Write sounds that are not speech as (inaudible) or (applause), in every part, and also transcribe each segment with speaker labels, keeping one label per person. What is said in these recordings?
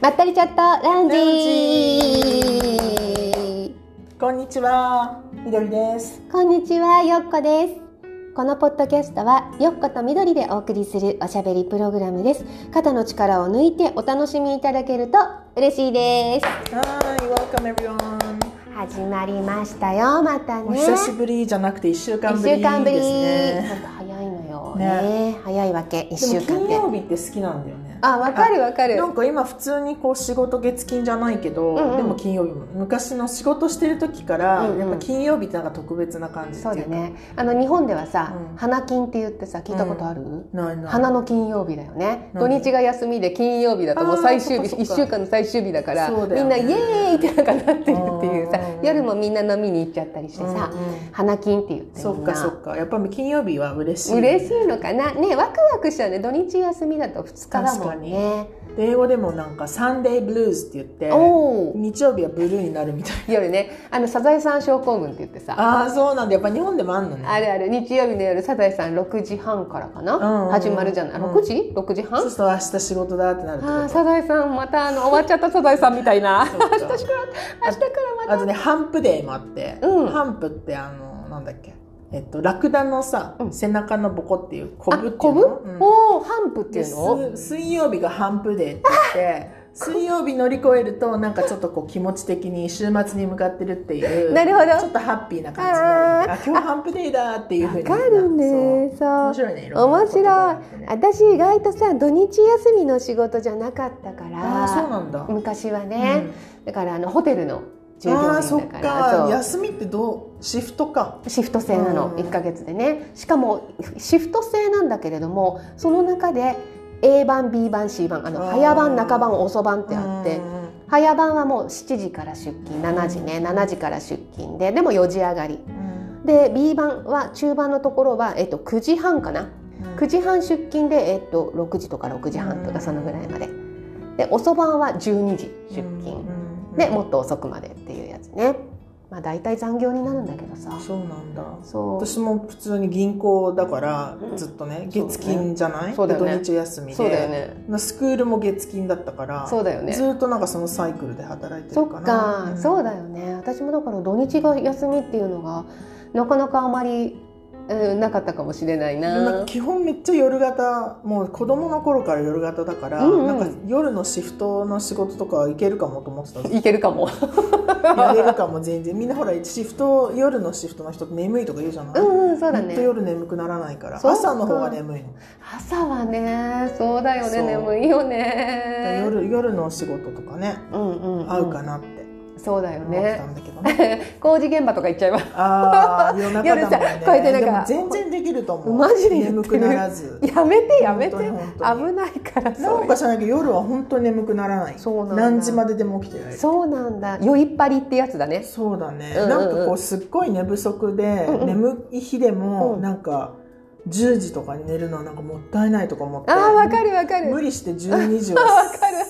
Speaker 1: まったりチャットラウンジ
Speaker 2: ラウンこんにちは、みどりです。
Speaker 1: こんにちはよっこですこのポッドキャストはよっことみどりでお送りするおしゃべりプログラムです肩の力を抜いてお楽しみいただけると嬉しいです
Speaker 2: はい、welcome everyone。
Speaker 1: 始まりましたよまたね
Speaker 2: お久しぶりじゃなくて一週間ぶり
Speaker 1: 一週間ぶり
Speaker 2: です
Speaker 1: ほ
Speaker 2: ね。
Speaker 1: んと早いのよね
Speaker 2: ね
Speaker 1: 早いわけ一週
Speaker 2: で
Speaker 1: 間
Speaker 2: も金
Speaker 1: で
Speaker 2: 曜日って好きなんだよね。
Speaker 1: あわかるわかる
Speaker 2: なんか今普通にこう仕事月金じゃないけど、
Speaker 1: うんうん
Speaker 2: でも金曜日も昔の仕事してる時から、
Speaker 1: うんうん
Speaker 2: やっぱ金曜日ってなんか特別な感じってい
Speaker 1: そうう
Speaker 2: か
Speaker 1: だねあの日本ではさ、
Speaker 2: うん
Speaker 1: 花金って言ってさ聞いたことある、
Speaker 2: ないない
Speaker 1: 花の金曜日だよね
Speaker 2: な
Speaker 1: 土
Speaker 2: んで
Speaker 1: 日が休みで金曜日だともう最終
Speaker 2: あー
Speaker 1: 日
Speaker 2: そっか
Speaker 1: 1
Speaker 2: そっか
Speaker 1: 週間の最終日だから
Speaker 2: そうだ
Speaker 1: み
Speaker 2: よ
Speaker 1: んな
Speaker 2: ね
Speaker 1: イエーイってなんかなってるっていうさ
Speaker 2: うん
Speaker 1: 夜もみんな飲みに行っちゃったりしてさ
Speaker 2: うんうん
Speaker 1: 花金って言って
Speaker 2: そ
Speaker 1: みん
Speaker 2: っかそ
Speaker 1: な
Speaker 2: っかやっぱ金曜日は嬉しい
Speaker 1: 嬉しいのかなねワクワクしちゃうね土日休みだと2日だもんね
Speaker 2: で英語でもなんかサンデーブルーズって言って
Speaker 1: おお
Speaker 2: 日曜日はブルーになるみたい
Speaker 1: 夜ねあのサザエさん症候群って言ってさ
Speaker 2: なああそうなんだやっぱ日本でもあんのね
Speaker 1: あるある日曜日の夜サザエさん6時半からかな、
Speaker 2: うんうん
Speaker 1: 始まるじゃない6時、6時半
Speaker 2: そうすると明日仕事だってなるってこ
Speaker 1: あーサザエさんまたあの終わっちゃったサザエさんみたいな
Speaker 2: そ
Speaker 1: 明
Speaker 2: うか
Speaker 1: 日しから明日からま
Speaker 2: とあとねハンプデーもあって、
Speaker 1: うん
Speaker 2: ハンプってあのなんだっけえっとラクダのさ、
Speaker 1: うん
Speaker 2: 背中のボコっていうコ
Speaker 1: た
Speaker 2: ブっていう
Speaker 1: コ
Speaker 2: の
Speaker 1: ブ、
Speaker 2: うん
Speaker 1: おおハンプって
Speaker 2: で
Speaker 1: いうの
Speaker 2: す水曜日がハンプデーって言って水曜日乗り越えるとなんかちょっとこう気持ち的に週末に向かってるっていう
Speaker 1: なるほど
Speaker 2: ちょっとハッピーな感じになる
Speaker 1: あ
Speaker 2: あ今日ハンプデーだっていうふう
Speaker 1: わ
Speaker 2: に
Speaker 1: かるねそう
Speaker 2: 面白いねいろんな
Speaker 1: 面
Speaker 2: 言葉があ
Speaker 1: 白
Speaker 2: って
Speaker 1: い
Speaker 2: ね
Speaker 1: 私意外とさ土日休みの仕事じゃなかったか
Speaker 2: ああそう
Speaker 1: ら
Speaker 2: なんだ、
Speaker 1: 昔はね、だからあのホテルの従
Speaker 2: うん、
Speaker 1: 業
Speaker 2: ああーそっ
Speaker 1: 員だから
Speaker 2: か
Speaker 1: そう
Speaker 2: 休みってどうシフトか
Speaker 1: シフト制な
Speaker 2: う
Speaker 1: の
Speaker 2: ん
Speaker 1: 1ヶ月でねしかもシフト制なんだけれどもその中で A 版 B 版 C 版あの
Speaker 2: うん
Speaker 1: 早番中番遅番ってあって
Speaker 2: うん
Speaker 1: 早番はもう7時から出勤7時ね7時から出勤ででも4時上がり
Speaker 2: うん
Speaker 1: で B 番は中盤のところは、えっと、9時半かな
Speaker 2: うん
Speaker 1: 9時半出勤で、えっと、6時とか6時半と
Speaker 2: う
Speaker 1: か
Speaker 2: ん
Speaker 1: そのぐらいまでで遅番は12時出
Speaker 2: う
Speaker 1: 勤
Speaker 2: ん
Speaker 1: でもっと遅くまでっていうやつねまあ大体残業になるんだけどさ
Speaker 2: そうなんだ
Speaker 1: そう
Speaker 2: 私も普通に銀行だから
Speaker 1: うん
Speaker 2: ずっとね
Speaker 1: そうだね
Speaker 2: 月金じゃない、
Speaker 1: そうだよね
Speaker 2: で土日休みで
Speaker 1: そうだよね
Speaker 2: まあスクールも月金だったから
Speaker 1: そうだよね
Speaker 2: ずっとなんかそのサイクルで働いて
Speaker 1: そ
Speaker 2: る
Speaker 1: っ
Speaker 2: かな
Speaker 1: か、
Speaker 2: ん
Speaker 1: そうだよね私もだから土日が休みっていうのがなかなかあまり、うん、なかったかもしれない
Speaker 2: なんか
Speaker 1: な
Speaker 2: 基本めっちゃ夜型もう子供の頃から夜型だから、
Speaker 1: うんうん
Speaker 2: なんか夜のシフトの仕事とかいけるかもと思ってた
Speaker 1: いけるか
Speaker 2: (laughs)
Speaker 1: も
Speaker 2: やれるかも全然みんなほらシフト夜のシフトの人って眠いとか言うじゃな
Speaker 1: う
Speaker 2: い、
Speaker 1: んうんそうだ
Speaker 2: ほ
Speaker 1: ね
Speaker 2: んと夜眠くならないから
Speaker 1: そうか
Speaker 2: 朝の方が眠いの
Speaker 1: 朝はねそうだよ
Speaker 2: そ
Speaker 1: ね
Speaker 2: う
Speaker 1: 眠いよね
Speaker 2: 夜夜の仕事とかね
Speaker 1: うんうん、うん、
Speaker 2: 合うかなって
Speaker 1: そうだよ
Speaker 2: 思ってた
Speaker 1: ね
Speaker 2: んだけどね
Speaker 1: 工事現場とか行っちゃいます
Speaker 2: (laughs) ああ夜中だもん
Speaker 1: 夜さ
Speaker 2: ね
Speaker 1: こうやって (laughs) なんか
Speaker 2: でも全然できると思う
Speaker 1: マジで言ってる
Speaker 2: 眠くならず
Speaker 1: やめてやめて
Speaker 2: 本当に本当に
Speaker 1: 危ないからそ
Speaker 2: な
Speaker 1: うんいう
Speaker 2: か知らないけど夜は本当に眠くならない
Speaker 1: そうなんだ
Speaker 2: 何時まででも起きてられる
Speaker 1: そうなんだ酔いっぱりってやつだね
Speaker 2: そうだね、
Speaker 1: うんうんうん
Speaker 2: なんかこうすっごい寝不足で、
Speaker 1: うんうん
Speaker 2: 眠い日でも、
Speaker 1: うん
Speaker 2: なんか10時とかに寝るのはなんかもったいないとか思って
Speaker 1: あーわかるわか
Speaker 2: 無
Speaker 1: る
Speaker 2: 理して12時を
Speaker 1: (laughs)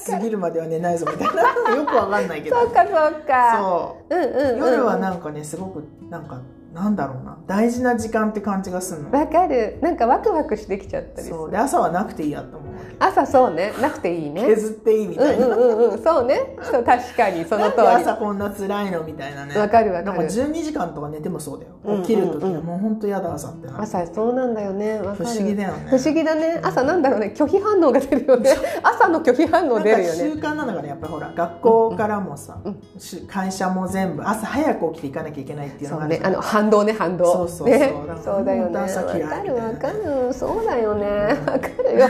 Speaker 2: 過ぎるまでは寝ないぞみたいなよくわかんないけど
Speaker 1: そうかそうか
Speaker 2: そう
Speaker 1: うんうん、うん、
Speaker 2: 夜はなんかねすごくなんかなんだろうな大事な時間って感じがするの
Speaker 1: わかるなんかワクワクしてきちゃったりする
Speaker 2: そうで朝はなくていいやと思うわ
Speaker 1: 朝そうねなくていい
Speaker 2: け
Speaker 1: ね
Speaker 2: 削っていい
Speaker 1: う
Speaker 2: み
Speaker 1: ん
Speaker 2: たいな、
Speaker 1: うんうんうんそうねそう確かにその
Speaker 2: なん
Speaker 1: 通
Speaker 2: で
Speaker 1: り
Speaker 2: 朝こんな辛いのみたいなね
Speaker 1: わかるわ
Speaker 2: なん
Speaker 1: か
Speaker 2: か
Speaker 1: る
Speaker 2: 12時間とか寝てもそうだ
Speaker 1: うんうんう
Speaker 2: よ
Speaker 1: ん
Speaker 2: 起きる時はもう本当嫌だ朝ってなる
Speaker 1: 朝そうなんだよねわ
Speaker 2: 不
Speaker 1: かる
Speaker 2: 思議だよね
Speaker 1: 不思議だね朝なんだろうね拒否反応が出るよね朝の拒否反応出るよ
Speaker 2: なん
Speaker 1: ね
Speaker 2: か習慣なのかねやっぱりほら学校からもさ、
Speaker 1: うん
Speaker 2: し会社も全部朝早く起きていかなきゃいけないっていう
Speaker 1: そ
Speaker 2: のが
Speaker 1: う
Speaker 2: ある
Speaker 1: ね
Speaker 2: じゃ
Speaker 1: あ
Speaker 2: ん
Speaker 1: の反動ね反動
Speaker 2: そうそうそう
Speaker 1: ね
Speaker 2: だから
Speaker 1: そうだよねわ
Speaker 2: 本当朝
Speaker 1: か
Speaker 2: 嫌いみたい
Speaker 1: る
Speaker 2: な
Speaker 1: わかるそうだよねわかるよ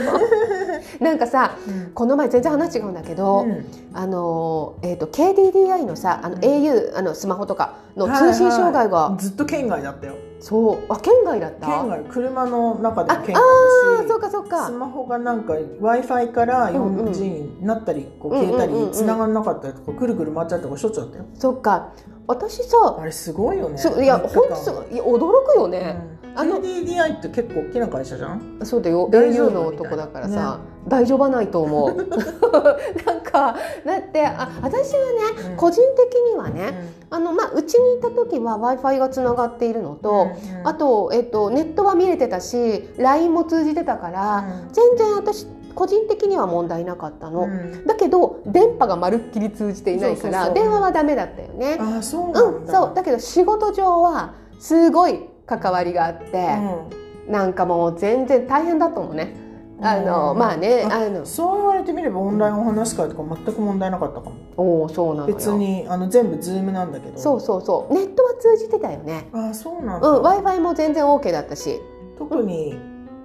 Speaker 2: (laughs)
Speaker 1: なんかさ
Speaker 2: うん
Speaker 1: この前全然話違うんだけど、
Speaker 2: うん
Speaker 1: あのえー、と KDDI のさあの
Speaker 2: うん
Speaker 1: au あのスマホとかの
Speaker 2: はいはい
Speaker 1: 通信障害が、
Speaker 2: ずっと県外だったよ
Speaker 1: そうあ県外だった
Speaker 2: 県外車の中でも県外だし
Speaker 1: あーそうかそう
Speaker 2: ス
Speaker 1: か
Speaker 2: マホがなんか w i f i から
Speaker 1: うんうん
Speaker 2: 4G になったり、こ
Speaker 1: うん
Speaker 2: う
Speaker 1: うんうんうん
Speaker 2: 消えたり繋がらなかったりとかくるくる回っちゃったりとかしょっちゅうだったよ
Speaker 1: そっか私さ
Speaker 2: あれすごいよね
Speaker 1: そういや
Speaker 2: 三日
Speaker 1: 本
Speaker 2: 間
Speaker 1: 当すごいいや驚くよ
Speaker 2: う
Speaker 1: ね、
Speaker 2: ん
Speaker 1: あの
Speaker 2: KDDI って結構大きな会社じゃん
Speaker 1: そうだよ
Speaker 2: 大丈
Speaker 1: au
Speaker 2: 夫
Speaker 1: の男だからさ、大丈夫はないと思
Speaker 2: (laughs)
Speaker 1: うなんかだってあ私はね個人的にはねあのまあうちにいた時は w i f i がつながっているのと、あ
Speaker 2: と
Speaker 1: と、えっと、ネットは見れてたし LINE も通じてたから、全然私個人的には問題なかったの、
Speaker 2: うん
Speaker 1: だけど電波がまるっきり通じていないから
Speaker 2: そうそうそう
Speaker 1: 電話はダメだったよね
Speaker 2: ああそうな
Speaker 1: うんん
Speaker 2: だ。
Speaker 1: そうだけど仕事上はすごい関わりがあって、なんかもう全然大変だったのねあの、
Speaker 2: うん
Speaker 1: まあね
Speaker 2: あ
Speaker 1: あの
Speaker 2: そう言われてみればオンラインお話し会とか全く問題なかったかも
Speaker 1: おおそうなのよ
Speaker 2: 別にあの全部ズームなんだけど
Speaker 1: そうそうそうネットは通じてたよね
Speaker 2: ああそうなん
Speaker 1: う
Speaker 2: だ、
Speaker 1: ん w i f i も全然 OK だったし
Speaker 2: 特に、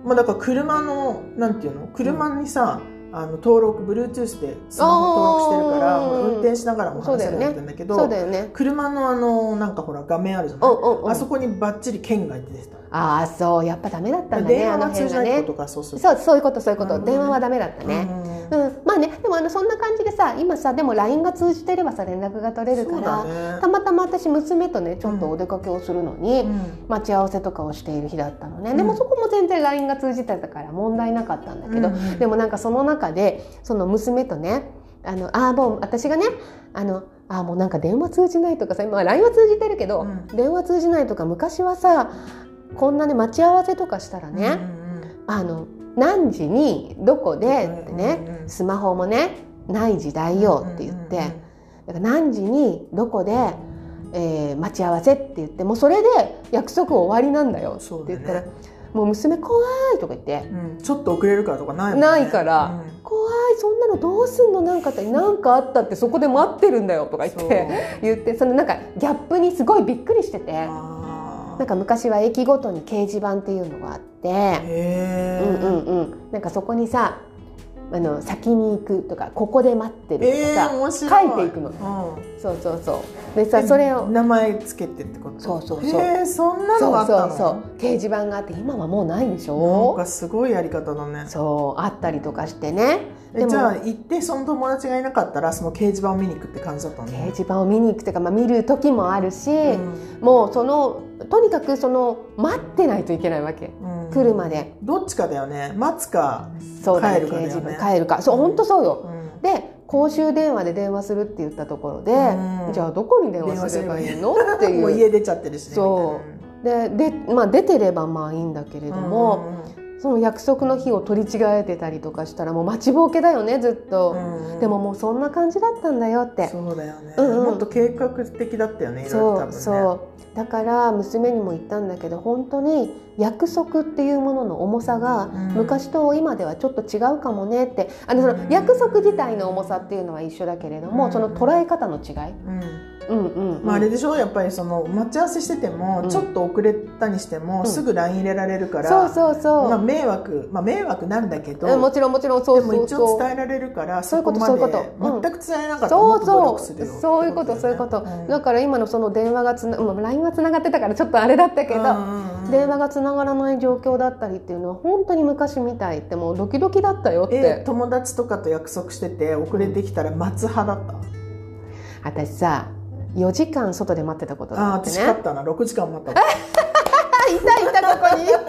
Speaker 2: まあ、だから車のなんていうの車にさ、あの登録 Bluetooth でスマホ登録してるから
Speaker 1: あー
Speaker 2: まあ運転しながらも話せるようになったんだけど
Speaker 1: そうだよね
Speaker 2: 車のあのなんかほら画面あるじゃ
Speaker 1: う
Speaker 2: ない、
Speaker 1: んうんうん
Speaker 2: あそこにバッチリ県外って出てた、
Speaker 1: ああそうやっぱダメだったんだね
Speaker 2: 電
Speaker 1: あ
Speaker 2: 話
Speaker 1: の
Speaker 2: が
Speaker 1: 辺
Speaker 2: 通じ
Speaker 1: が
Speaker 2: ない
Speaker 1: ね
Speaker 2: ことかそうする
Speaker 1: そうそういうことそういうこと、
Speaker 2: なるほどね
Speaker 1: 電話はダメだった
Speaker 2: う
Speaker 1: ね、
Speaker 2: ん
Speaker 1: うんまあねでもあのそんな感じでさ今さでも LINE が通じてればさ連絡が取れる
Speaker 2: そ
Speaker 1: か
Speaker 2: う
Speaker 1: ら、
Speaker 2: だ
Speaker 1: た
Speaker 2: ね
Speaker 1: またま私娘とねちょっとお出かけをするのに、
Speaker 2: うん
Speaker 1: 待ち合わせとかをしている日だったのね、
Speaker 2: うん
Speaker 1: でもそこも全然 LINE が通じてたから問題なかったんだけど、
Speaker 2: うん
Speaker 1: でもなんかその中でその娘とねあのあーもう私がねあのあーもうなんか電話通じないとかさ今 LINE は通じてるけど、
Speaker 2: うん
Speaker 1: 電話通じないとか昔はさこんなね待ち合わせとかしたらね、
Speaker 2: うん
Speaker 1: あの何時にどこでってね、
Speaker 2: うんうんうん
Speaker 1: スマホもねない時代よって言って、
Speaker 2: うんうん
Speaker 1: だから何時にどこで、えー待ち合わせって言ってもうそれで約束終わりなんだよって言ったら、
Speaker 2: そう
Speaker 1: もう娘怖いとか言って
Speaker 2: うんうんちょっと遅れるからとかないもんね
Speaker 1: ないから
Speaker 2: うん
Speaker 1: 怖いそんなのどうすんのなんかあったりなんかあったってそこで待ってるんだよとか言っ
Speaker 2: そう
Speaker 1: て言ってそのなんかギャップにすごいびっくりしてて
Speaker 2: あー
Speaker 1: なんか昔は駅ごとに掲示板っていうのがあって。
Speaker 2: へ
Speaker 1: うん
Speaker 2: ー
Speaker 1: うんうん、なんかそこにさあの先に行くとかここで待ってると
Speaker 2: えー、
Speaker 1: か
Speaker 2: 面
Speaker 1: さ、
Speaker 2: 白い
Speaker 1: 書いていくの
Speaker 2: の、うん
Speaker 1: そうそうそうでさそれを
Speaker 2: 名前つけてってこと
Speaker 1: そうそうそう
Speaker 2: へえそんなのが
Speaker 1: そ
Speaker 2: あ
Speaker 1: う
Speaker 2: っ
Speaker 1: そ
Speaker 2: た
Speaker 1: う
Speaker 2: の
Speaker 1: そう掲示板があって今はもうないでし
Speaker 2: なん
Speaker 1: ょ
Speaker 2: かすごいやり方だね
Speaker 1: そうあったりとかしてねで
Speaker 2: え
Speaker 1: も
Speaker 2: じゃあ行ってその友達がいなかったらその掲示板を見に行くって感じだったの
Speaker 1: 掲示板を見に行くというか、まあ、見る時もあるし、
Speaker 2: うん
Speaker 1: もうそのとにかくその待ってないといけないわけ、
Speaker 2: うん
Speaker 1: 来るまで
Speaker 2: どっちかだよね待つか、
Speaker 1: そうだね
Speaker 2: 帰る
Speaker 1: 掲
Speaker 2: かだよね
Speaker 1: 示板帰るかそう本当そうよ、
Speaker 2: うん
Speaker 1: で公衆電話で電話するって言ったところで、
Speaker 2: うん
Speaker 1: じゃあどこに電話すればいいのってい
Speaker 2: もう
Speaker 1: う
Speaker 2: 家出ちゃってるしね
Speaker 1: そうでで、まあ、出てればまあいいんだけれ
Speaker 2: み
Speaker 1: ど
Speaker 2: たいな
Speaker 1: も、その約束の日を取り違えてたりとかしたらもう待ちぼうけだよねずっ
Speaker 2: うんう
Speaker 1: と、
Speaker 2: んうん
Speaker 1: でももうそんな感じだったんだよって
Speaker 2: そうだよね、
Speaker 1: うんうん
Speaker 2: もっと計画的だったよねいろいろ
Speaker 1: そ
Speaker 2: 多分
Speaker 1: う
Speaker 2: ね
Speaker 1: そうだから娘にも言ったんだけど本当に約束っていうものの重さが
Speaker 2: うん
Speaker 1: 昔と今ではちょっと違うかもねってあのそ
Speaker 2: うん
Speaker 1: の約束自体の重さっていうのは一緒だけれど
Speaker 2: う
Speaker 1: も
Speaker 2: ん
Speaker 1: その捉え方の違い、
Speaker 2: う
Speaker 1: う
Speaker 2: ん
Speaker 1: んうんうん
Speaker 2: まあ、あれでしょやっぱりその待ち合わせしてても、
Speaker 1: うん
Speaker 2: ちょっと遅れたにして
Speaker 1: う
Speaker 2: も、
Speaker 1: ん
Speaker 2: すぐ LINE 入れられるから
Speaker 1: そうそうそう、
Speaker 2: まあ、迷惑、まあ、迷惑なんだけど、
Speaker 1: うんもちろんもちろんそうそ
Speaker 2: でも
Speaker 1: う
Speaker 2: 一
Speaker 1: そ
Speaker 2: 応
Speaker 1: う
Speaker 2: 伝えられるから
Speaker 1: そういうこと
Speaker 2: こまで
Speaker 1: そういうことうん
Speaker 2: 全く伝えなかったらも
Speaker 1: そ
Speaker 2: っ
Speaker 1: う
Speaker 2: と努力
Speaker 1: そ
Speaker 2: す
Speaker 1: う
Speaker 2: るよって
Speaker 1: そういうこと
Speaker 2: だ
Speaker 1: そうい
Speaker 2: よ
Speaker 1: う
Speaker 2: ね
Speaker 1: こと、
Speaker 2: ん
Speaker 1: だから今のその電話がつな、まあ、LINE はつながってたからちょっとあれだったけど、
Speaker 2: うんうんうん
Speaker 1: 電話がつながらない状況だったりっていうのは本当に昔みたいってもうドキドキだったよって、
Speaker 2: え友達とかと約束してて遅れてきたら待つ派だった、
Speaker 1: 私さ4時間外で待ってたこと
Speaker 2: あ
Speaker 1: が
Speaker 2: あ
Speaker 1: あって
Speaker 2: 私
Speaker 1: ね
Speaker 2: 勝ったな6時間待った勝
Speaker 1: あいたいたここにもう待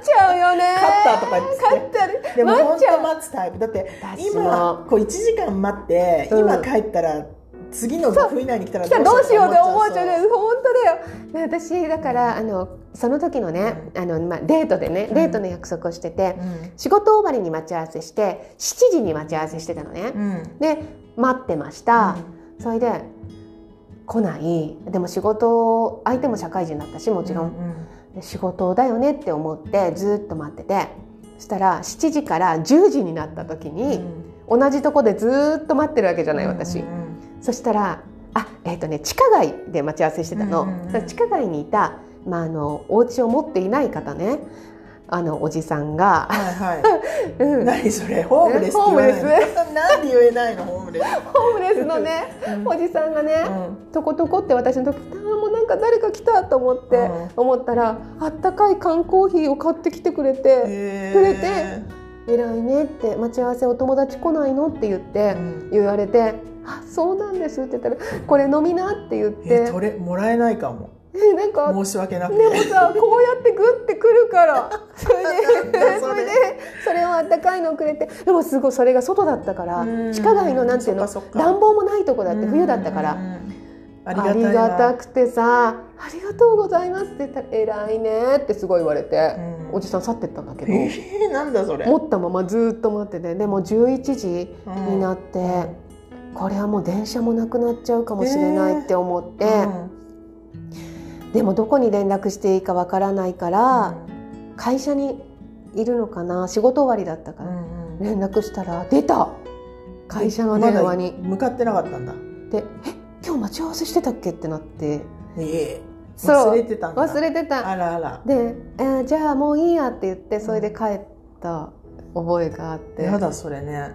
Speaker 1: っちゃうよね
Speaker 2: ったとか言って
Speaker 1: (laughs) 勝ったり
Speaker 2: でも
Speaker 1: 待
Speaker 2: 本
Speaker 1: っち
Speaker 2: 当
Speaker 1: ゃ
Speaker 2: は
Speaker 1: う
Speaker 2: 待つタイプだって
Speaker 1: 私も
Speaker 2: 今こう1時間待って、
Speaker 1: うん
Speaker 2: 今帰ったら次の冬以内に来たら
Speaker 1: 来たらどうしようって思っちゃう
Speaker 2: ね
Speaker 1: ね本当だよね私だからあのその時のねあの、まあ、デートでねデートの約束をしてて、仕事終わりに待ち合わせして7時に待ち合わせしてたのね、
Speaker 2: うん
Speaker 1: で待ってました、それで来ないでも仕事相手も社会人だったしもちろん、
Speaker 2: ん
Speaker 1: で仕事だよねって思ってずっと待っててそしたら7時から10時になった時
Speaker 2: うん
Speaker 1: に、同じとこでずっと待ってるわけじゃない私、
Speaker 2: うん
Speaker 1: そしたらあえっ、とね地下街で待ち合わせしてたの、
Speaker 2: うんうんう
Speaker 1: そ
Speaker 2: ん
Speaker 1: したら地下街にいた、まあ、あのお家を持っていない方ねあのおじさんが、
Speaker 2: はいは
Speaker 1: うん (laughs)
Speaker 2: い何それホームレスって言わないの
Speaker 1: ホーム
Speaker 2: なんで言えないのホームレス
Speaker 1: ホームレスのね、
Speaker 2: うん
Speaker 1: おじさんがね、トコトコって私の時あーもうなんか誰か来たと思って、
Speaker 2: うん
Speaker 1: 思ったらあったかい缶コーヒーを買ってきてくれて
Speaker 2: く
Speaker 1: くれて「偉いね」って「待ち合わせお友達来ないの?」って言って、
Speaker 2: うん
Speaker 1: 言われて「あそうなんです」って言ったら「これ飲みな」って言って
Speaker 2: え取れもらえないかも
Speaker 1: えなんか
Speaker 2: 申し訳なく
Speaker 1: でも
Speaker 2: て
Speaker 1: さこうやってグッてくるからそれ
Speaker 2: なんだ
Speaker 1: で
Speaker 2: (laughs) そ
Speaker 1: そ
Speaker 2: れ
Speaker 1: れでそれをあったかいのをくれてでもすごいそれが外だったから
Speaker 2: うん
Speaker 1: 地下街のなんていうの
Speaker 2: そっかそっか
Speaker 1: 暖房もないとこだって冬だったか
Speaker 2: う
Speaker 1: ら
Speaker 2: んうんうんあり
Speaker 1: あり
Speaker 2: が
Speaker 1: が
Speaker 2: たい
Speaker 1: たくてさ「ありがとうございます」って言ったら「偉いね」ってすごい言われて
Speaker 2: なうん
Speaker 1: おじさん去ってったんだけど、
Speaker 2: えー、なんだそれ。
Speaker 1: 持ったままずーっと待っててでも11時になって、これはもう電車もなくなっちゃうかもしれないって思って、
Speaker 2: うん
Speaker 1: でもどこに連絡していいかわからないから、会社にいるのかな仕事終わりだった
Speaker 2: う
Speaker 1: から、
Speaker 2: んうん
Speaker 1: 連絡したら出た会社の電話に
Speaker 2: まだ向かってなかったんだ。
Speaker 1: で「え今日待ち合わせしてたっけ?」ってなって
Speaker 2: ええ
Speaker 1: そう
Speaker 2: 忘れてたんだ。
Speaker 1: 忘れてた
Speaker 2: あらあら。
Speaker 1: で、えーじゃあもういいや」って言ってそれで帰った覚えがあって、
Speaker 2: やだそれね。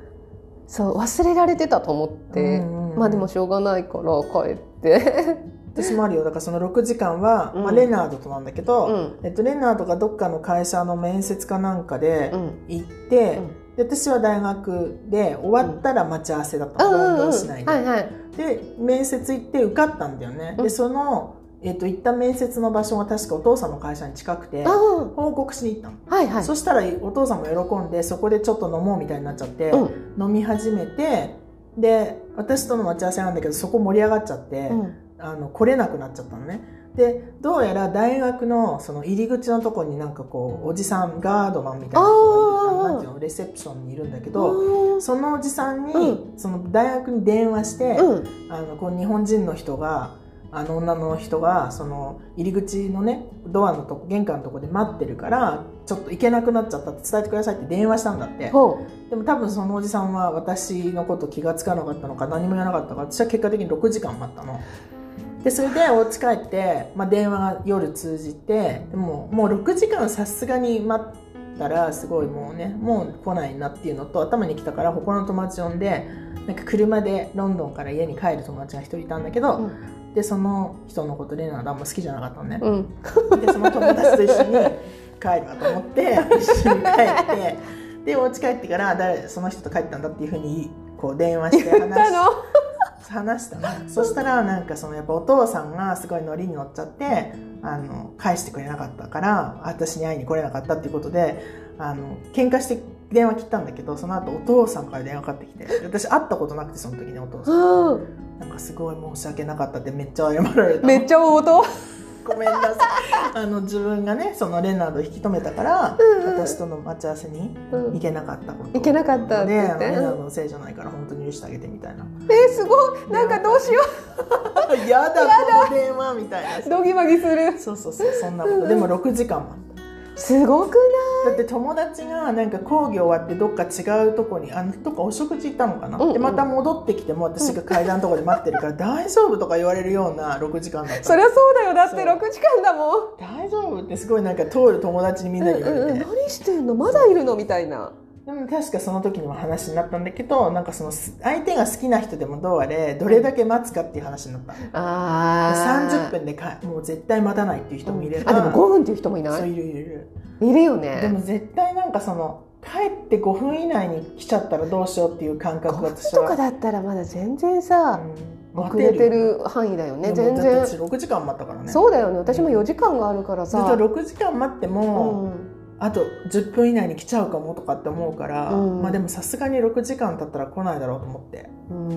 Speaker 1: そう忘れられてたと思って、
Speaker 2: うんうん
Speaker 1: まあでもしょうがないから帰って、
Speaker 2: 私もあるよだからその6時間は、
Speaker 1: うん
Speaker 2: まあ、レナードとなんだけど、
Speaker 1: うん
Speaker 2: えっと、レナードがどっかの会社の面接かなんかで
Speaker 1: うん
Speaker 2: 行って、
Speaker 1: うん
Speaker 2: で私は大学で終わったら待ち合わせだった
Speaker 1: うん
Speaker 2: の、
Speaker 1: うん
Speaker 2: ロンド
Speaker 1: うん
Speaker 2: ン市内で、
Speaker 1: はいはい
Speaker 2: で面接行って受かったんだよね、
Speaker 1: うん
Speaker 2: でその、えっと、行った面接の場所が確かお父さんの会社に近くて
Speaker 1: あー
Speaker 2: 報告しに行ったの、
Speaker 1: はいはい
Speaker 2: そしたらお父さんも喜んでそこでちょっと飲もうみたいになっちゃって、
Speaker 1: うん
Speaker 2: 飲み始めてで私との待ち合わせなんだけどそこ盛り上がっちゃって、
Speaker 1: うん
Speaker 2: あの来れなくなっちゃったのねでどうやら大学のその入り口のとこになんかこうおじさんガードマンみたいな人
Speaker 1: あー
Speaker 2: がいるあのなんていうのレセプションにいるんだけどそのおじさんに、
Speaker 1: う
Speaker 2: その大学に電話して、
Speaker 1: うん
Speaker 2: あのこう日本人の人があの女の人がその入り口のねドアのとこ玄関のとこで待ってるからちょっと行けなくなっちゃったって伝えてくださいって電話したんだって
Speaker 1: ほ
Speaker 2: でも多分そのおじさんは私のこと気がつかなかったのか何も言わなかったから私は結果的に6時間待ったの。でそれでお家帰って、まあ、電話が夜通じてでももう6時間さすがに待ったらすごいもうねもう来ないなっていうのと頭に来たから他の友達呼んでなんか車でロンドンから家に帰る友達が一人いたんだけど、
Speaker 1: うん
Speaker 2: でその人のことレナがあんま好きじゃなかったのね
Speaker 1: う、うん
Speaker 2: でその友達と一緒に帰るわと思って一緒に帰ってでお家帰ってから誰その人と帰ったんだっていうふうにこう電話して話
Speaker 1: だ
Speaker 2: し
Speaker 1: の
Speaker 2: 話したのそしたらなんかそのやっぱお父さんがすごいノリに乗っちゃってあの返してくれなかったから私に会いに来れなかったっていうことであの喧嘩して電話切ったんだけどその後お父さんから電話かかってきて私会ったことなくてその時にお父さん
Speaker 1: うん
Speaker 2: なんかすごい申し訳なかったってめっちゃ謝られた
Speaker 1: めっちゃ大音
Speaker 2: ごめんなさい。あの自分がね、そのレナードを引き止めたから、私との待ち合わせに
Speaker 1: うん
Speaker 2: 行けなかったこと、
Speaker 1: 行けなかったって
Speaker 2: ね、
Speaker 1: 言っ
Speaker 2: あの
Speaker 1: て
Speaker 2: レナードのせいじゃないから本当に許してあげてみた
Speaker 1: (laughs)
Speaker 2: いな。
Speaker 1: えーすごいなんかどうしよ
Speaker 2: やだこの電話みたいうな。
Speaker 1: ドギマギする
Speaker 2: そうそうそうそんなこと。でも6時間も。
Speaker 1: すごく
Speaker 2: だって友達がなんか講義終わってどっか違うとこにあのどっかお食事行ったのかな、
Speaker 1: うんうん
Speaker 2: でまた戻ってきても私が階段のとこで待ってるから大丈夫とか言われるような6時間だった
Speaker 1: ないそりゃそうだよだって
Speaker 2: そう
Speaker 1: 6時間だもん
Speaker 2: 大丈夫ってすごいなんか通る友達にみんなに言われて、
Speaker 1: うんうんうん、何してんのまだいるのみたいな
Speaker 2: でも確かその時にも話になったんだけどなんかそのす相手が好きな人でもどうあれどれだけ待つかっていう話になった
Speaker 1: あ
Speaker 2: 30分でかもう絶対待たないっていう人もいれば、
Speaker 1: あでも5分っていう人もいな
Speaker 2: そう
Speaker 1: い
Speaker 2: いるいるいる
Speaker 1: いるよ
Speaker 2: で
Speaker 1: ね
Speaker 2: も絶対なんかその帰って5分以内に来ちゃったらどうしようっていう感
Speaker 1: 5
Speaker 2: 覚が
Speaker 1: 分
Speaker 2: 私
Speaker 1: と
Speaker 2: は
Speaker 1: かだったらまだ全然さ、
Speaker 2: うん
Speaker 1: 遅れてる範囲だよね
Speaker 2: でも
Speaker 1: 全
Speaker 2: だ
Speaker 1: 然
Speaker 2: って私6時間待ったからね
Speaker 1: そうだよね私も4時間があるから
Speaker 2: ずっ
Speaker 1: さ
Speaker 2: と6時間待っても、
Speaker 1: うん
Speaker 2: あと10分以内に来ちゃうかもとかって思うから、
Speaker 1: うん
Speaker 2: まあでもさすがに6時間経ったら来ないだろうと思って
Speaker 1: うん、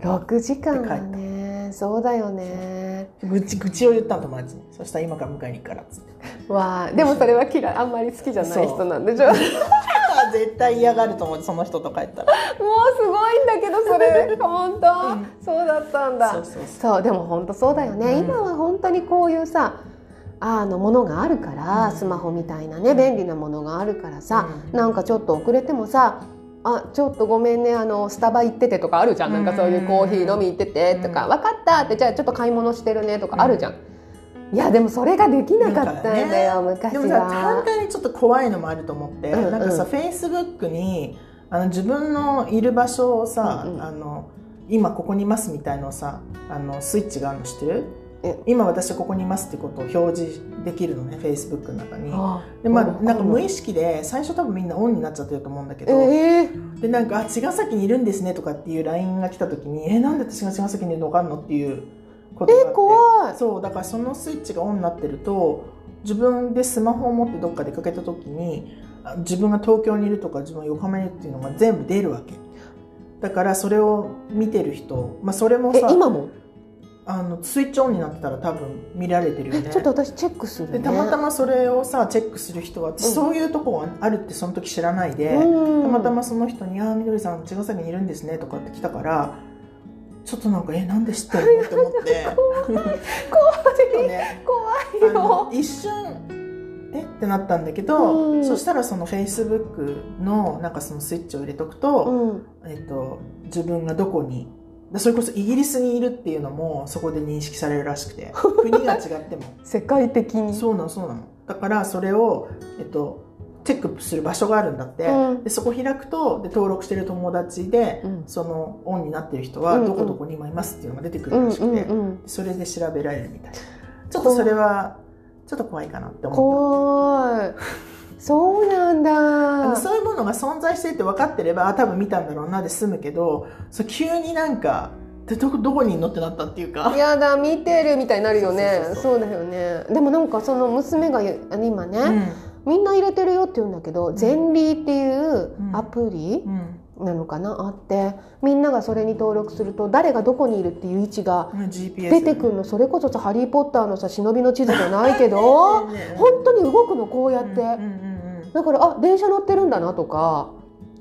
Speaker 1: 6時間だねそうだよね
Speaker 2: 愚痴愚痴を言ったの友達にそしたら今から迎えに行くからっつって
Speaker 1: わあでもそれは嫌いあんまり好きじゃない人なんでしょもうす
Speaker 2: あー絶対嫌がると思ってその人と帰ったら
Speaker 1: ごいんだけどそ
Speaker 2: (laughs)
Speaker 1: れ本当、
Speaker 2: うん
Speaker 1: そうだったんだ
Speaker 2: そうそうそ
Speaker 1: そうでも本当そうだよね、
Speaker 2: うん
Speaker 1: 今は本当にこういうさあのものがあるから、
Speaker 2: うん
Speaker 1: スマホみたいなね便利なものがあるからさ、
Speaker 2: うん
Speaker 1: なんかちょっと遅れてもさあちょっとごめんねあのスタバ行っててとかあるじゃん、なんかそういうコーヒー飲み行っててとか、
Speaker 2: うん
Speaker 1: 分かったってじゃあちょっと買い物してるねとかあるじゃん、いやでもそれができなかったんだよ、
Speaker 2: う
Speaker 1: 昔
Speaker 2: でもさ
Speaker 1: は
Speaker 2: 反。対にちょっと怖いのもあると思って、
Speaker 1: うんうん
Speaker 2: なんかさフェイスブックにあの自分のいる場所をさ、
Speaker 1: うんうん
Speaker 2: あの今ここにいますみたいのをさあのスイッチがあるの知ってる
Speaker 1: え
Speaker 2: 今私ここにいますってことを表示できるのねフェイスブックの中に
Speaker 1: あ
Speaker 2: でまあ
Speaker 1: うん
Speaker 2: なんか無意識で最初多分みんなオンになっちゃってると思うんだけど、
Speaker 1: ええ
Speaker 2: でなんかあ茅ヶ崎にいるんですねとかっていう LINE が来た時にえなんで私が茅ヶ崎にいるの分かんのっていうことがあって
Speaker 1: え怖い
Speaker 2: そうだからそのスイッチがオンになってると自分でスマホを持ってどっか出かけた時にあ自分が東京にいるとか自分が横浜にいるっていうのが全部出るわけだからそれを見てる人、まあ、それも
Speaker 1: え
Speaker 2: さ
Speaker 1: 今も
Speaker 2: あのスイッチオンになってたら多分見られてるよ
Speaker 1: え
Speaker 2: ね
Speaker 1: ちょっと私チェックする、ね、
Speaker 2: でたまた
Speaker 1: ま
Speaker 2: まそれをさチェックする人は、私
Speaker 1: うん
Speaker 2: そういうとこはあるってその時知らないで、たまたまその人に「ああみどりさん茅ヶ崎にいるんですね」とかって来たからちょっとなんか「えなんで知ってるの?」って思って (laughs) ちょっとね
Speaker 1: 怖いよ
Speaker 2: あの一瞬えってなったんだけど、
Speaker 1: うん
Speaker 2: そしたらそのフェイスブックのなんかそのスイッチを入れとくと,、
Speaker 1: うん
Speaker 2: えっと自分がどこにだそれこそイギリスにいるっていうのもそこで認識されるらしく
Speaker 1: (laughs)
Speaker 2: て国が違っても
Speaker 1: 世界的に
Speaker 2: そうなのそうなのだからそれを、えっと、チェックする場所があるんだって、
Speaker 1: うん
Speaker 2: でそこ開くとで登録してる友達で、
Speaker 1: うん
Speaker 2: そのオンになってる人
Speaker 1: う
Speaker 2: は
Speaker 1: んうん
Speaker 2: どこどこに今いますっていうのが出てく
Speaker 1: う
Speaker 2: る
Speaker 1: ん
Speaker 2: らしくて、
Speaker 1: うんうん
Speaker 2: それで調べられるみたいなちょっとそれはちょっと怖いかなって思った
Speaker 1: 怖いそうなん
Speaker 2: あの
Speaker 1: だ
Speaker 2: そういうものが存在してって分かってればあ多分見たんだろうなで済むけどそう急になんかでどこどこにいんのってなったっていうか
Speaker 1: やだ見てるみたいになるよね
Speaker 2: そうそうそう
Speaker 1: そうだよねでもなんかその娘が言うあの今ね、みんな入れてるよって言うんだけど、
Speaker 2: ん
Speaker 1: ゼンリーっていう
Speaker 2: うん
Speaker 1: アプリ
Speaker 2: うんうん
Speaker 1: なのかな、あってみんながそれに登録すると誰がどこにいるっていう位置が
Speaker 2: うん GPS
Speaker 1: 出てくるのそれこそさ「ハリー・ポッター」のさ忍びの地図じゃないけ
Speaker 2: (laughs)
Speaker 1: ど
Speaker 2: ねえねえねえ
Speaker 1: 本当に動くのこうやって、
Speaker 2: うんうんうん
Speaker 1: だからあ電車乗ってるんだなとか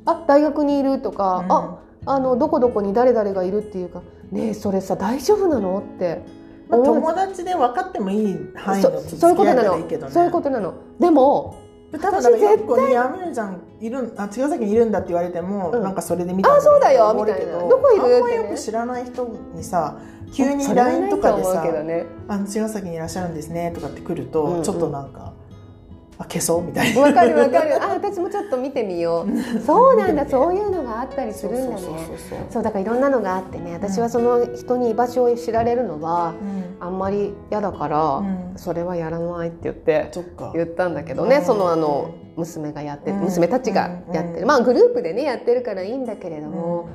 Speaker 1: あ大学にいるとか、
Speaker 2: うん
Speaker 1: ああのどこどこに誰々がいるっていうかねえそれさ大丈夫なのって
Speaker 2: まあ、
Speaker 1: 思う
Speaker 2: 友達で分かってもいい範囲の
Speaker 1: そ
Speaker 2: 付き
Speaker 1: そういうこと
Speaker 2: 合い
Speaker 1: な
Speaker 2: な
Speaker 1: の
Speaker 2: らいいけどね。
Speaker 1: そういうことなのでも
Speaker 2: で多分なんか
Speaker 1: 私絶対
Speaker 2: よっこに「あみのりちゃんいるんあ茅ヶ崎にいるんだ」って言われても、
Speaker 1: うん
Speaker 2: なんかそれで見た
Speaker 1: あそうだよ
Speaker 2: みたい
Speaker 1: み
Speaker 2: な
Speaker 1: たいなどこいる
Speaker 2: あんま
Speaker 1: って
Speaker 2: よ
Speaker 1: ね
Speaker 2: く知らない人にさ急に
Speaker 1: それはない
Speaker 2: LINE とかで
Speaker 1: 思
Speaker 2: さ
Speaker 1: うけどね
Speaker 2: 「あの茅ヶ崎にいらっしゃるんですね」とかって来ると、
Speaker 1: うんうん
Speaker 2: ちょっとなんか「あ消そう」みたいな。
Speaker 1: わかるわかる。あ、私もちょっと見てみ
Speaker 2: (laughs)
Speaker 1: よう。そうなんだ。そういうのがあったりするんだ
Speaker 2: そうそう
Speaker 1: ね。
Speaker 2: そうそう
Speaker 1: そうだからいろんなのがあってね。私はその人に居場所を知られるのは
Speaker 2: う
Speaker 1: あ
Speaker 2: ん
Speaker 1: んまり嫌だか
Speaker 2: う
Speaker 1: ら、
Speaker 2: ん
Speaker 1: それはやらないって言って
Speaker 2: そっか
Speaker 1: 言ったんだけどね。
Speaker 2: うん
Speaker 1: そのあの娘がやって
Speaker 2: うん
Speaker 1: 娘たちがやって
Speaker 2: うん
Speaker 1: る。まあグループでねやってるからいいんだけれども。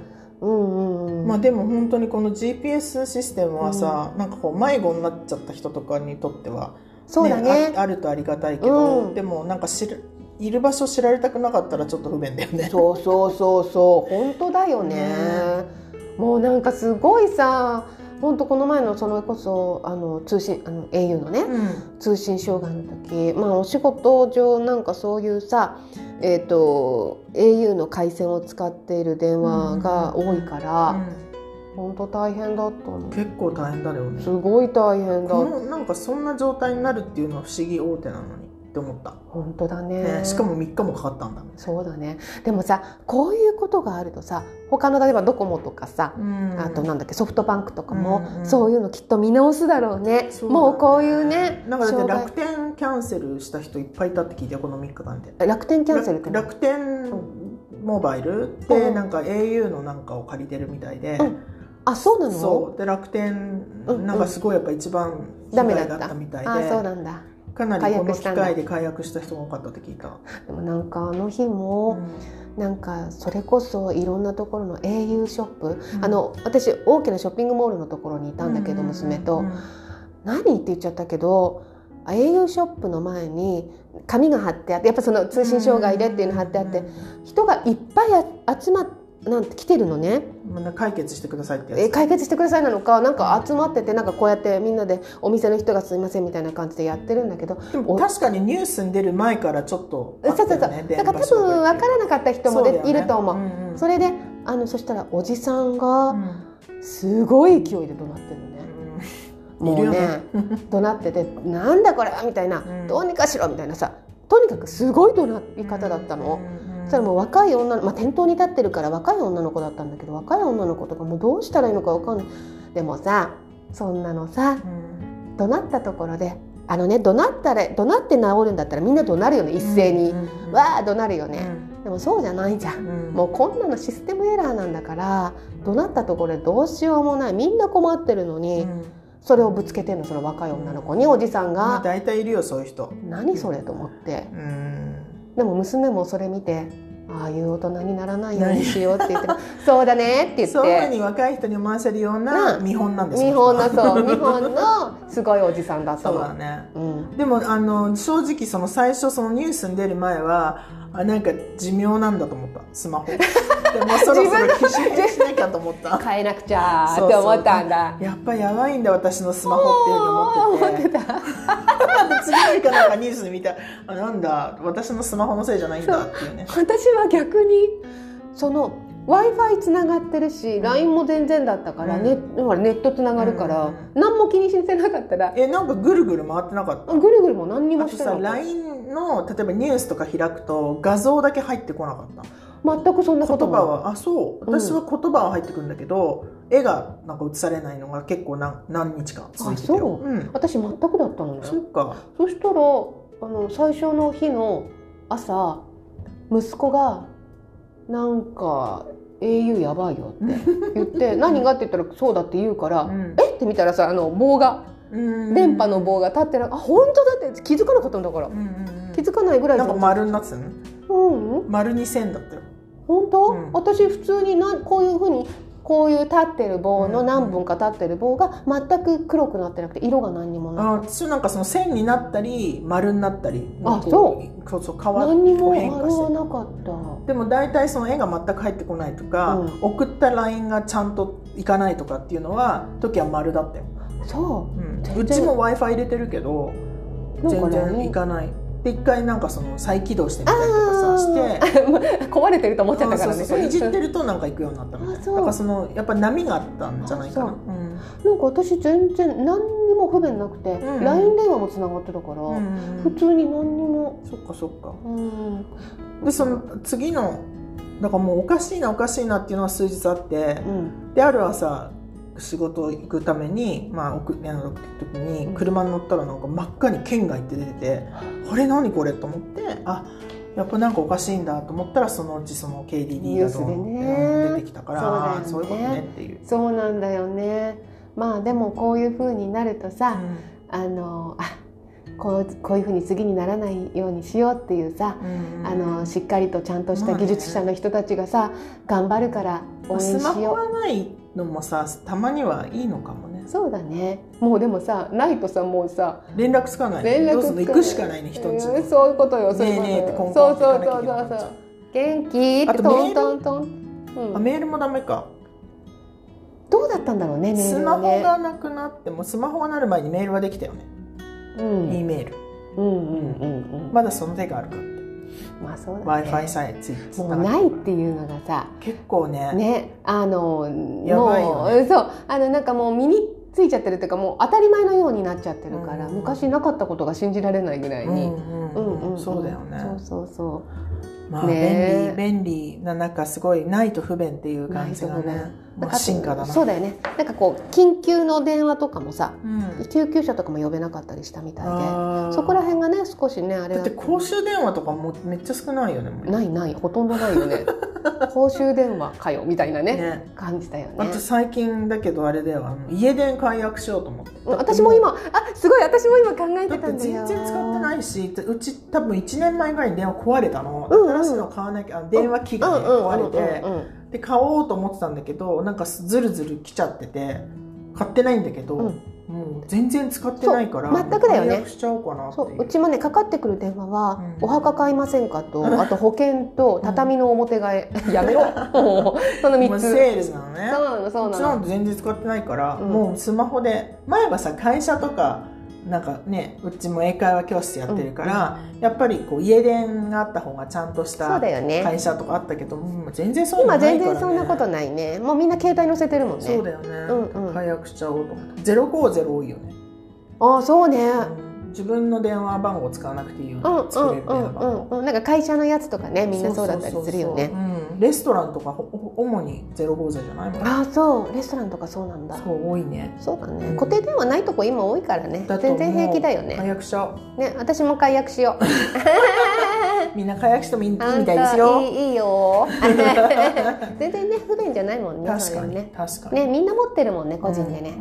Speaker 2: う
Speaker 1: うんうんうん
Speaker 2: んまあ、でも本当にこの GPS システムはさ、なんかこう迷子になっちゃった人とかにとっては
Speaker 1: そうだね。
Speaker 2: ああるとありがたいけど、
Speaker 1: うん
Speaker 2: でもなんか知るいる場所知られたくなかったらちょっと不便だよね。
Speaker 1: そうそう (laughs) そうそう本当だよねもうなんかすごいさ本当この前のそれこそあの通信あの au のね
Speaker 2: うん
Speaker 1: 通信障害の時まあお仕事上なんかそういうさえっ、と au の回線を使っている電話が多いから、本当大変だったの
Speaker 2: 結構大変だよね
Speaker 1: すごい大変だ
Speaker 2: このなんかそんな状態になるっていうのは不思議大手なのにって思った、
Speaker 1: 本当だね
Speaker 2: ね、しかも3日もかかったんだもん、
Speaker 1: そうだねでもさこういうことがあるとさ他の例えばドコモとかさあとなんだっけソフトバンクとかも、
Speaker 2: うんうん
Speaker 1: そういうのきっと見直すだろうね
Speaker 2: そうだね
Speaker 1: もうこういうね
Speaker 2: なんかだって
Speaker 1: 障害
Speaker 2: 楽天キャンセルした人いっぱいいたって聞いてこの3日間で
Speaker 1: え楽天キャンセルって
Speaker 2: 楽楽天モバイル
Speaker 1: う
Speaker 2: で
Speaker 1: ん
Speaker 2: なんか au のなんかを借りてるみたいで、
Speaker 1: うんあそうなの
Speaker 2: そうで楽天
Speaker 1: うん
Speaker 2: なんかすごいやっぱ一番被
Speaker 1: ダメ
Speaker 2: 害
Speaker 1: だっ
Speaker 2: だ
Speaker 1: た
Speaker 2: ったみたいで、
Speaker 1: あそうなんだ
Speaker 2: かなりこの
Speaker 1: 解約し
Speaker 2: 機
Speaker 1: たんだ
Speaker 2: 会で解約した人が多かったって聞いた。
Speaker 1: でもなんかあの日も、なんかそれこそいろんなところの au ショップ、
Speaker 2: ん
Speaker 1: あの私大きなショッピングモールのところにいたんだけど、娘と、
Speaker 2: うん
Speaker 1: 何って言っちゃったけど au ショップの前に紙が貼ってあってやっぱその通信障害でっていうの貼ってあって、、人がいっぱいあ集まっなんて来てるのね、
Speaker 2: うんまあ解決してくださいってやつ。
Speaker 1: え解決してくださいなのかなんか集まっててなんかこうやってみんなでお店の人がすいませんみたいな感じでやってるんだけど
Speaker 2: でも確かにニュースに出る前からちょっと
Speaker 1: そうそうそうだ
Speaker 2: あったよね
Speaker 1: から多分分からなかった人もでいると思う。
Speaker 2: う
Speaker 1: そ
Speaker 2: れ
Speaker 1: れであのそしたらおじさんがすごい勢いで怒鳴ってるのね。も
Speaker 2: いうるよ
Speaker 1: ね
Speaker 2: ね
Speaker 1: 怒鳴ってて「なんだこれ!」みたいな「
Speaker 2: うん
Speaker 1: どうにかしろ!」みたいなさとにかくすごい怒鳴り方だったの。そしたらもう若い女の、まあ、店頭に立ってるから若い女の子だったんだけど若い女の子とかもうどうしたらいいのかわかんないでもさそんなのさ怒鳴ったところであのね怒鳴ったら怒鳴って治るんだったらみんな怒鳴るよね一斉に、わあ怒鳴るよね、でもそうじゃないじゃんも
Speaker 2: も
Speaker 1: うこんなのシステムエラーなんだから怒鳴ったところでどうしようもないみんな困ってるのに、それをぶつけてんのその若い女の子におじさん
Speaker 2: まあ
Speaker 1: が、
Speaker 2: 大体いるよそういう人。
Speaker 1: 何それと思って
Speaker 2: うん
Speaker 1: でも娘もそれ見てああいう大人にならないようにしようって言って (laughs) そうだねって言
Speaker 2: そういうふう
Speaker 1: って
Speaker 2: に若い人に思わせるよう
Speaker 1: な
Speaker 2: な見本なんですよ
Speaker 1: 日本のそう日本のすごいおじさんだった
Speaker 2: そうだ
Speaker 1: の。
Speaker 2: ね。
Speaker 1: うん
Speaker 2: でもあの正直その最初そのニュースに出る前はあなんか寿命なんだと思ったス (laughs) マホでもそろそろ機種変しなきゃと思った
Speaker 1: 変えなくちゃーって思ったんだ
Speaker 2: やっぱやばいんだ私のスマホっていうの
Speaker 1: お
Speaker 2: を
Speaker 1: ー
Speaker 2: 思
Speaker 1: 思
Speaker 2: っ (laughs)
Speaker 1: って
Speaker 2: てて
Speaker 1: た
Speaker 2: で次の日かなんかニュースで見たあなんだ私のスマホのせいじゃないんだっていうね
Speaker 1: 私は逆にその w i f i つながってるし LINE も全然だったから、
Speaker 2: うん
Speaker 1: ネほらネットつながるから、
Speaker 2: うん
Speaker 1: 何も気にしてなかったら
Speaker 2: えなんかぐるぐる回ってなかった
Speaker 1: ぐるぐるも何に
Speaker 2: あ
Speaker 1: も
Speaker 2: と
Speaker 1: して
Speaker 2: さ
Speaker 1: なかっ
Speaker 2: LINE の例えばニュースとか開くと画像だけ入ってこなかった
Speaker 1: た全くそんなこ
Speaker 2: 言
Speaker 1: と
Speaker 2: 葉
Speaker 1: も
Speaker 2: はあそう
Speaker 1: うん
Speaker 2: 私は言葉は入ってくるんだけど、絵がなんか映されないのが結構何何日か続いてたよ、
Speaker 1: あそう
Speaker 2: ん、
Speaker 1: 私全くだったのね
Speaker 2: そっか
Speaker 1: そしたらあの最初の日の朝息子が「なんか au やばいよ」って
Speaker 2: (laughs)
Speaker 1: 言って「何が?」って言ったら「そうだ」って言うから「
Speaker 2: ん
Speaker 1: えっ?」て見たらさあの棒が
Speaker 2: うん
Speaker 1: 電波の棒が立ってなあ本当だって気づかなかったんだから
Speaker 2: うんうんうん
Speaker 1: 気づかないぐらい
Speaker 2: な
Speaker 1: だ
Speaker 2: んか
Speaker 1: った
Speaker 2: 丸になってたね
Speaker 1: うんうん
Speaker 2: 丸に線だったよ
Speaker 1: 本当、
Speaker 2: うん
Speaker 1: 私普通になこういうふうにこういう立ってる棒の何本か立ってる棒が全く黒くなってなくて色が何にもない
Speaker 2: あ私はなんかその線になったり丸になったり
Speaker 1: あそう
Speaker 2: そうそう変わ
Speaker 1: 何にも
Speaker 2: こ
Speaker 1: あ
Speaker 2: う
Speaker 1: れ
Speaker 2: 変化して
Speaker 1: は
Speaker 2: る
Speaker 1: なかった
Speaker 2: でも大体その絵が全く入ってこないとか、
Speaker 1: うん
Speaker 2: 送った LINE がちゃんといかないとかっていうのは時は丸だったよ、
Speaker 1: そう全
Speaker 2: ん、
Speaker 1: 然
Speaker 2: うちも w i f i 入れてるけど
Speaker 1: うなんか
Speaker 2: 全
Speaker 1: ね
Speaker 2: 然いかないで一回なんかその再起動してみたりとかさして
Speaker 1: あー (laughs) もう壊れてると思っちゃったから
Speaker 2: う
Speaker 1: ね
Speaker 2: んそうそうそういじってるとなんか行くようになったみたい
Speaker 1: あ
Speaker 2: な
Speaker 1: そう
Speaker 2: だからそのやっぱ波があったんじゃないかな
Speaker 1: あそう
Speaker 2: うん
Speaker 1: (laughs) なんか私全然何にも不便なくて、
Speaker 2: うん
Speaker 1: LINE 電話もつながってたから、
Speaker 2: うん
Speaker 1: 普通に何にも、
Speaker 2: そっかそっか
Speaker 1: うん、
Speaker 2: でその次のだからもうおかしいなおかしいなっていうのは数日あって
Speaker 1: うん
Speaker 2: である朝仕事行くために、まあ、送り送ってる時
Speaker 1: うん
Speaker 2: に車に乗ったらなんか真っ赤に県外って出てて「あれ何これ?」と思ってあやっぱなんかおかしいんだと思ったらそのうちその KDD がどうのって
Speaker 1: ニュースでね
Speaker 2: うん出てきたから
Speaker 1: そうだよね
Speaker 2: あーそういうことねっていう。
Speaker 1: そうなんだよねまあでもこういう風になるとさ、あのあこうこういうふうに次にならないようにしようっていうさ、
Speaker 2: うん
Speaker 1: あのしっかりとちゃんとした
Speaker 2: まあね
Speaker 1: 技術者の人たちがさ頑張るから応援し
Speaker 2: スマホ
Speaker 1: よ
Speaker 2: がないのもさたまにはいいのかもね
Speaker 1: う。そうだねもうでもさないとさもうさ
Speaker 2: 連絡つかない
Speaker 1: 連絡つかない
Speaker 2: どうするの行くしかないね人んち
Speaker 1: うんそういうことよそういうこと
Speaker 2: ねえねえってコ
Speaker 1: よ
Speaker 2: ンコ
Speaker 1: そ
Speaker 2: ン
Speaker 1: う
Speaker 2: って
Speaker 1: そ
Speaker 2: 行か
Speaker 1: う
Speaker 2: なき
Speaker 1: そ
Speaker 2: ゃ
Speaker 1: う
Speaker 2: いけ
Speaker 1: そうそう元気って
Speaker 2: なくなっちゃうあと
Speaker 1: トン
Speaker 2: メール
Speaker 1: トントン、う
Speaker 2: あ
Speaker 1: ん、
Speaker 2: メールもダメか
Speaker 1: どうだったんだろうねメー
Speaker 2: ス
Speaker 1: ル
Speaker 2: マ
Speaker 1: は
Speaker 2: ホ
Speaker 1: ね
Speaker 2: がなくなってもスマホがなる前にメールはできたよね、
Speaker 1: う
Speaker 2: E
Speaker 1: ん
Speaker 2: メール
Speaker 1: うんうんうんうん
Speaker 2: まだその手があるかって
Speaker 1: まあそう
Speaker 2: w
Speaker 1: だ
Speaker 2: i f
Speaker 1: ね
Speaker 2: i さえついて
Speaker 1: もうないっていうのがさ
Speaker 2: 結構ね
Speaker 1: ね、あの
Speaker 2: やばい
Speaker 1: も
Speaker 2: よ
Speaker 1: う、そうあのなんかもう身についちゃってるっていうかもう当たり前のようになっちゃってるから、
Speaker 2: うん
Speaker 1: 昔なかったことが信じられないぐらい
Speaker 2: うん
Speaker 1: に、
Speaker 2: う
Speaker 1: う
Speaker 2: ん
Speaker 1: んうんうん
Speaker 2: そうだよね
Speaker 1: そうそうそ
Speaker 2: まあ、
Speaker 1: ね
Speaker 2: 便利便利な中すごいないと不便っていう感じが
Speaker 1: ないと
Speaker 2: ね
Speaker 1: 不う
Speaker 2: まあ進化だな
Speaker 1: そうだよねなんかこう緊急の電話とかもさ
Speaker 2: うん
Speaker 1: 救急車とかも呼べなかったりしたみたいで
Speaker 2: あー
Speaker 1: そこら辺がね少しねあれ
Speaker 2: だ
Speaker 1: だ
Speaker 2: って公衆電話とかもめっちゃ少ないよねもう
Speaker 1: ないないほとんどないよ
Speaker 2: (laughs)
Speaker 1: ね公衆電話かよみたいなね
Speaker 2: ね
Speaker 1: 感じだよね
Speaker 2: あと最近だけどあれだよあの家電解約しようと思って
Speaker 1: うん私も今あすごい私も今考えて
Speaker 2: だって
Speaker 1: たんだよ
Speaker 2: 全然使ってないしうち多分1年前ぐらいに電話壊れたの、
Speaker 1: うんうん
Speaker 2: 新しいの買わなきゃあ電話機
Speaker 1: う
Speaker 2: が、
Speaker 1: ん
Speaker 2: ね
Speaker 1: うん
Speaker 2: 壊れて、
Speaker 1: うんうんうん
Speaker 2: で買おうと思ってたんだけどなんかずるずる来ちゃってて買ってないんだけど、
Speaker 1: うん
Speaker 2: もう全然使ってないから
Speaker 1: そう全くだよね
Speaker 2: 解約しちゃおうかなって
Speaker 1: そ
Speaker 2: いう
Speaker 1: ううちもねかかってくる電話は、
Speaker 2: うん
Speaker 1: お墓買いませんかと
Speaker 2: うん (laughs)
Speaker 1: あと保険と畳の表替え、やめろもうその
Speaker 2: も
Speaker 1: 3
Speaker 2: う
Speaker 1: つ
Speaker 2: セールスなのね
Speaker 1: そうなのそう
Speaker 2: う
Speaker 1: な
Speaker 2: ちなん
Speaker 1: の
Speaker 2: て全然使ってないから、
Speaker 1: うん
Speaker 2: もうスマホで前はさ会社とかなんかねうちも英会話教室やってるから、やっぱりこう家電があった方がちゃんとし
Speaker 1: そ
Speaker 2: た
Speaker 1: うだよね
Speaker 2: 会社とかあったけど、もう全然そういうのな
Speaker 1: 今
Speaker 2: いから、ね、
Speaker 1: 全然そんなことないねもうみんな携帯載せてるもんね
Speaker 2: そうだよね、
Speaker 1: うんうん
Speaker 2: 解約しちゃおうと思って050多いよね、
Speaker 1: ああそうね
Speaker 2: 自分の電話番号使わなくていいよう
Speaker 1: うんう
Speaker 2: に作
Speaker 1: ん
Speaker 2: れる
Speaker 1: う
Speaker 2: 電
Speaker 1: ん
Speaker 2: 話
Speaker 1: う
Speaker 2: 番
Speaker 1: ん
Speaker 2: 号
Speaker 1: うんなんか会社のやつとかねみんなそうだったりするよ
Speaker 2: そう
Speaker 1: ね
Speaker 2: そうそうそううんレストランとかほほ主に050じゃないもん
Speaker 1: ああそうレストランとかそうなんだ
Speaker 2: そう多いね
Speaker 1: そうだね、
Speaker 2: うん
Speaker 1: 固定電話ないとこ今多いからね
Speaker 2: だと
Speaker 1: 全然平気だよ
Speaker 2: 解
Speaker 1: ね
Speaker 2: 約しちゃおう
Speaker 1: ね私も解約しよう
Speaker 2: みんな解約してもい (laughs) いいいみたいです
Speaker 1: あんた
Speaker 2: よ
Speaker 1: いいいい
Speaker 2: (laughs)
Speaker 1: よ全然ね不便じゃないもんね
Speaker 2: 確
Speaker 1: そ
Speaker 2: か
Speaker 1: ういう
Speaker 2: に、
Speaker 1: ね
Speaker 2: 確かに
Speaker 1: ねみんな持ってるもんね個人でね、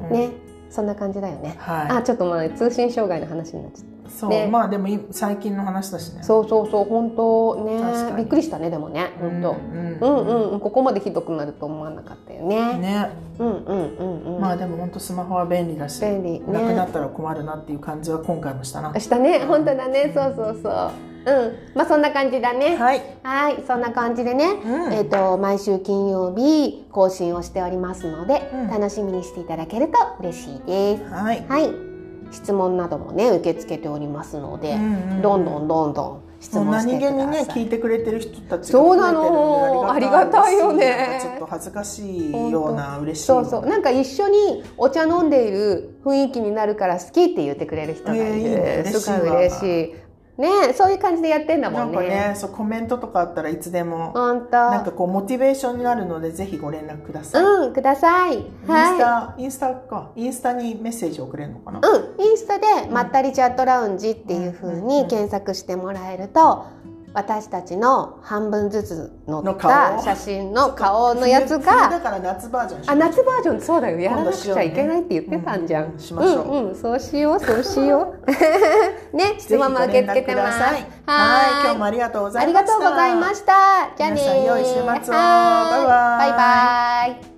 Speaker 2: うんうん
Speaker 1: ねそんな感じだよね、
Speaker 2: は
Speaker 1: あちょっとまあ通信障害の話になっちゃっ
Speaker 2: いそう、
Speaker 1: ね
Speaker 2: まあでもい最近の話だしね
Speaker 1: たそうそうそう本当
Speaker 2: 確か
Speaker 1: ね
Speaker 2: に
Speaker 1: びっくりしたねでもね本当、
Speaker 2: ん
Speaker 1: うん、うんんうんここまでひどくなると思わなかったよね
Speaker 2: ね
Speaker 1: うんうんうんうん
Speaker 2: まあでも本当スマホは便利だし
Speaker 1: 便利ね
Speaker 2: なくなったら困るなっていう感じは今回もしたな
Speaker 1: したね本当だねそうそうそううん、まあそんな感じだね。
Speaker 2: はい、
Speaker 1: はい、そんな感じでね。
Speaker 2: うん
Speaker 1: えっ、と毎週金曜日更新をしておりますので、
Speaker 2: うん
Speaker 1: 楽しみにしていただけると嬉しいです。
Speaker 2: はい、
Speaker 1: はい、質問などもね受け付けておりますので、どんどんどんどん質
Speaker 2: そん
Speaker 1: 問
Speaker 2: な
Speaker 1: して
Speaker 2: 人
Speaker 1: くだ
Speaker 2: 間
Speaker 1: さい。
Speaker 2: にね聞いてくれてる人たちが
Speaker 1: そうなの
Speaker 2: 増えてるんで
Speaker 1: ありがたいよね
Speaker 2: なんかちょっと恥ずかしいような嬉しい
Speaker 1: そ
Speaker 2: よ
Speaker 1: うそううなんか一緒にお茶飲んでいる雰囲気になるから好きって言ってくれる人がいる、
Speaker 2: えーいいね
Speaker 1: すごい
Speaker 2: 嬉
Speaker 1: 嬉
Speaker 2: し
Speaker 1: し
Speaker 2: い
Speaker 1: いねそういう感じでやってんだも
Speaker 2: なんん
Speaker 1: ね
Speaker 2: かねそうコメントとかあったらいつでも
Speaker 1: ほんと
Speaker 2: なんかこうモチベーションになるのでぜひご連絡ください、
Speaker 1: うんください
Speaker 2: インス
Speaker 1: は
Speaker 2: タインスタかインスタにメッセージ送れるのかな、
Speaker 1: いうんインスタで「まったりチャットラウンジ」っていう風に検索してもらえると私たちの半分ずつ載
Speaker 2: の
Speaker 1: っ
Speaker 2: 顔
Speaker 1: た写真の顔のやつ
Speaker 2: (laughs) 冬
Speaker 1: が
Speaker 2: だから夏バージョンしよ
Speaker 1: あ
Speaker 2: う
Speaker 1: 夏バージョンそうだよやら
Speaker 2: 今
Speaker 1: な
Speaker 2: 度
Speaker 1: く
Speaker 2: し
Speaker 1: ち
Speaker 2: よう
Speaker 1: ゃ
Speaker 2: ね
Speaker 1: いけないって言ってたんじゃん、
Speaker 2: うんしましょうん
Speaker 1: うん、そうしようそうしよ
Speaker 2: (laughs)
Speaker 1: うね質
Speaker 2: ぜひご
Speaker 1: 問
Speaker 2: 連
Speaker 1: も
Speaker 2: 絡
Speaker 1: 受け付けてます
Speaker 2: くださいはい今日もありがとうござ
Speaker 1: あ
Speaker 2: い
Speaker 1: り
Speaker 2: まし
Speaker 1: が
Speaker 2: た
Speaker 1: とうございましたじゃあねー
Speaker 2: 皆さん良い週末を
Speaker 1: はー
Speaker 2: バイバ
Speaker 1: バ
Speaker 2: イ
Speaker 1: イバイ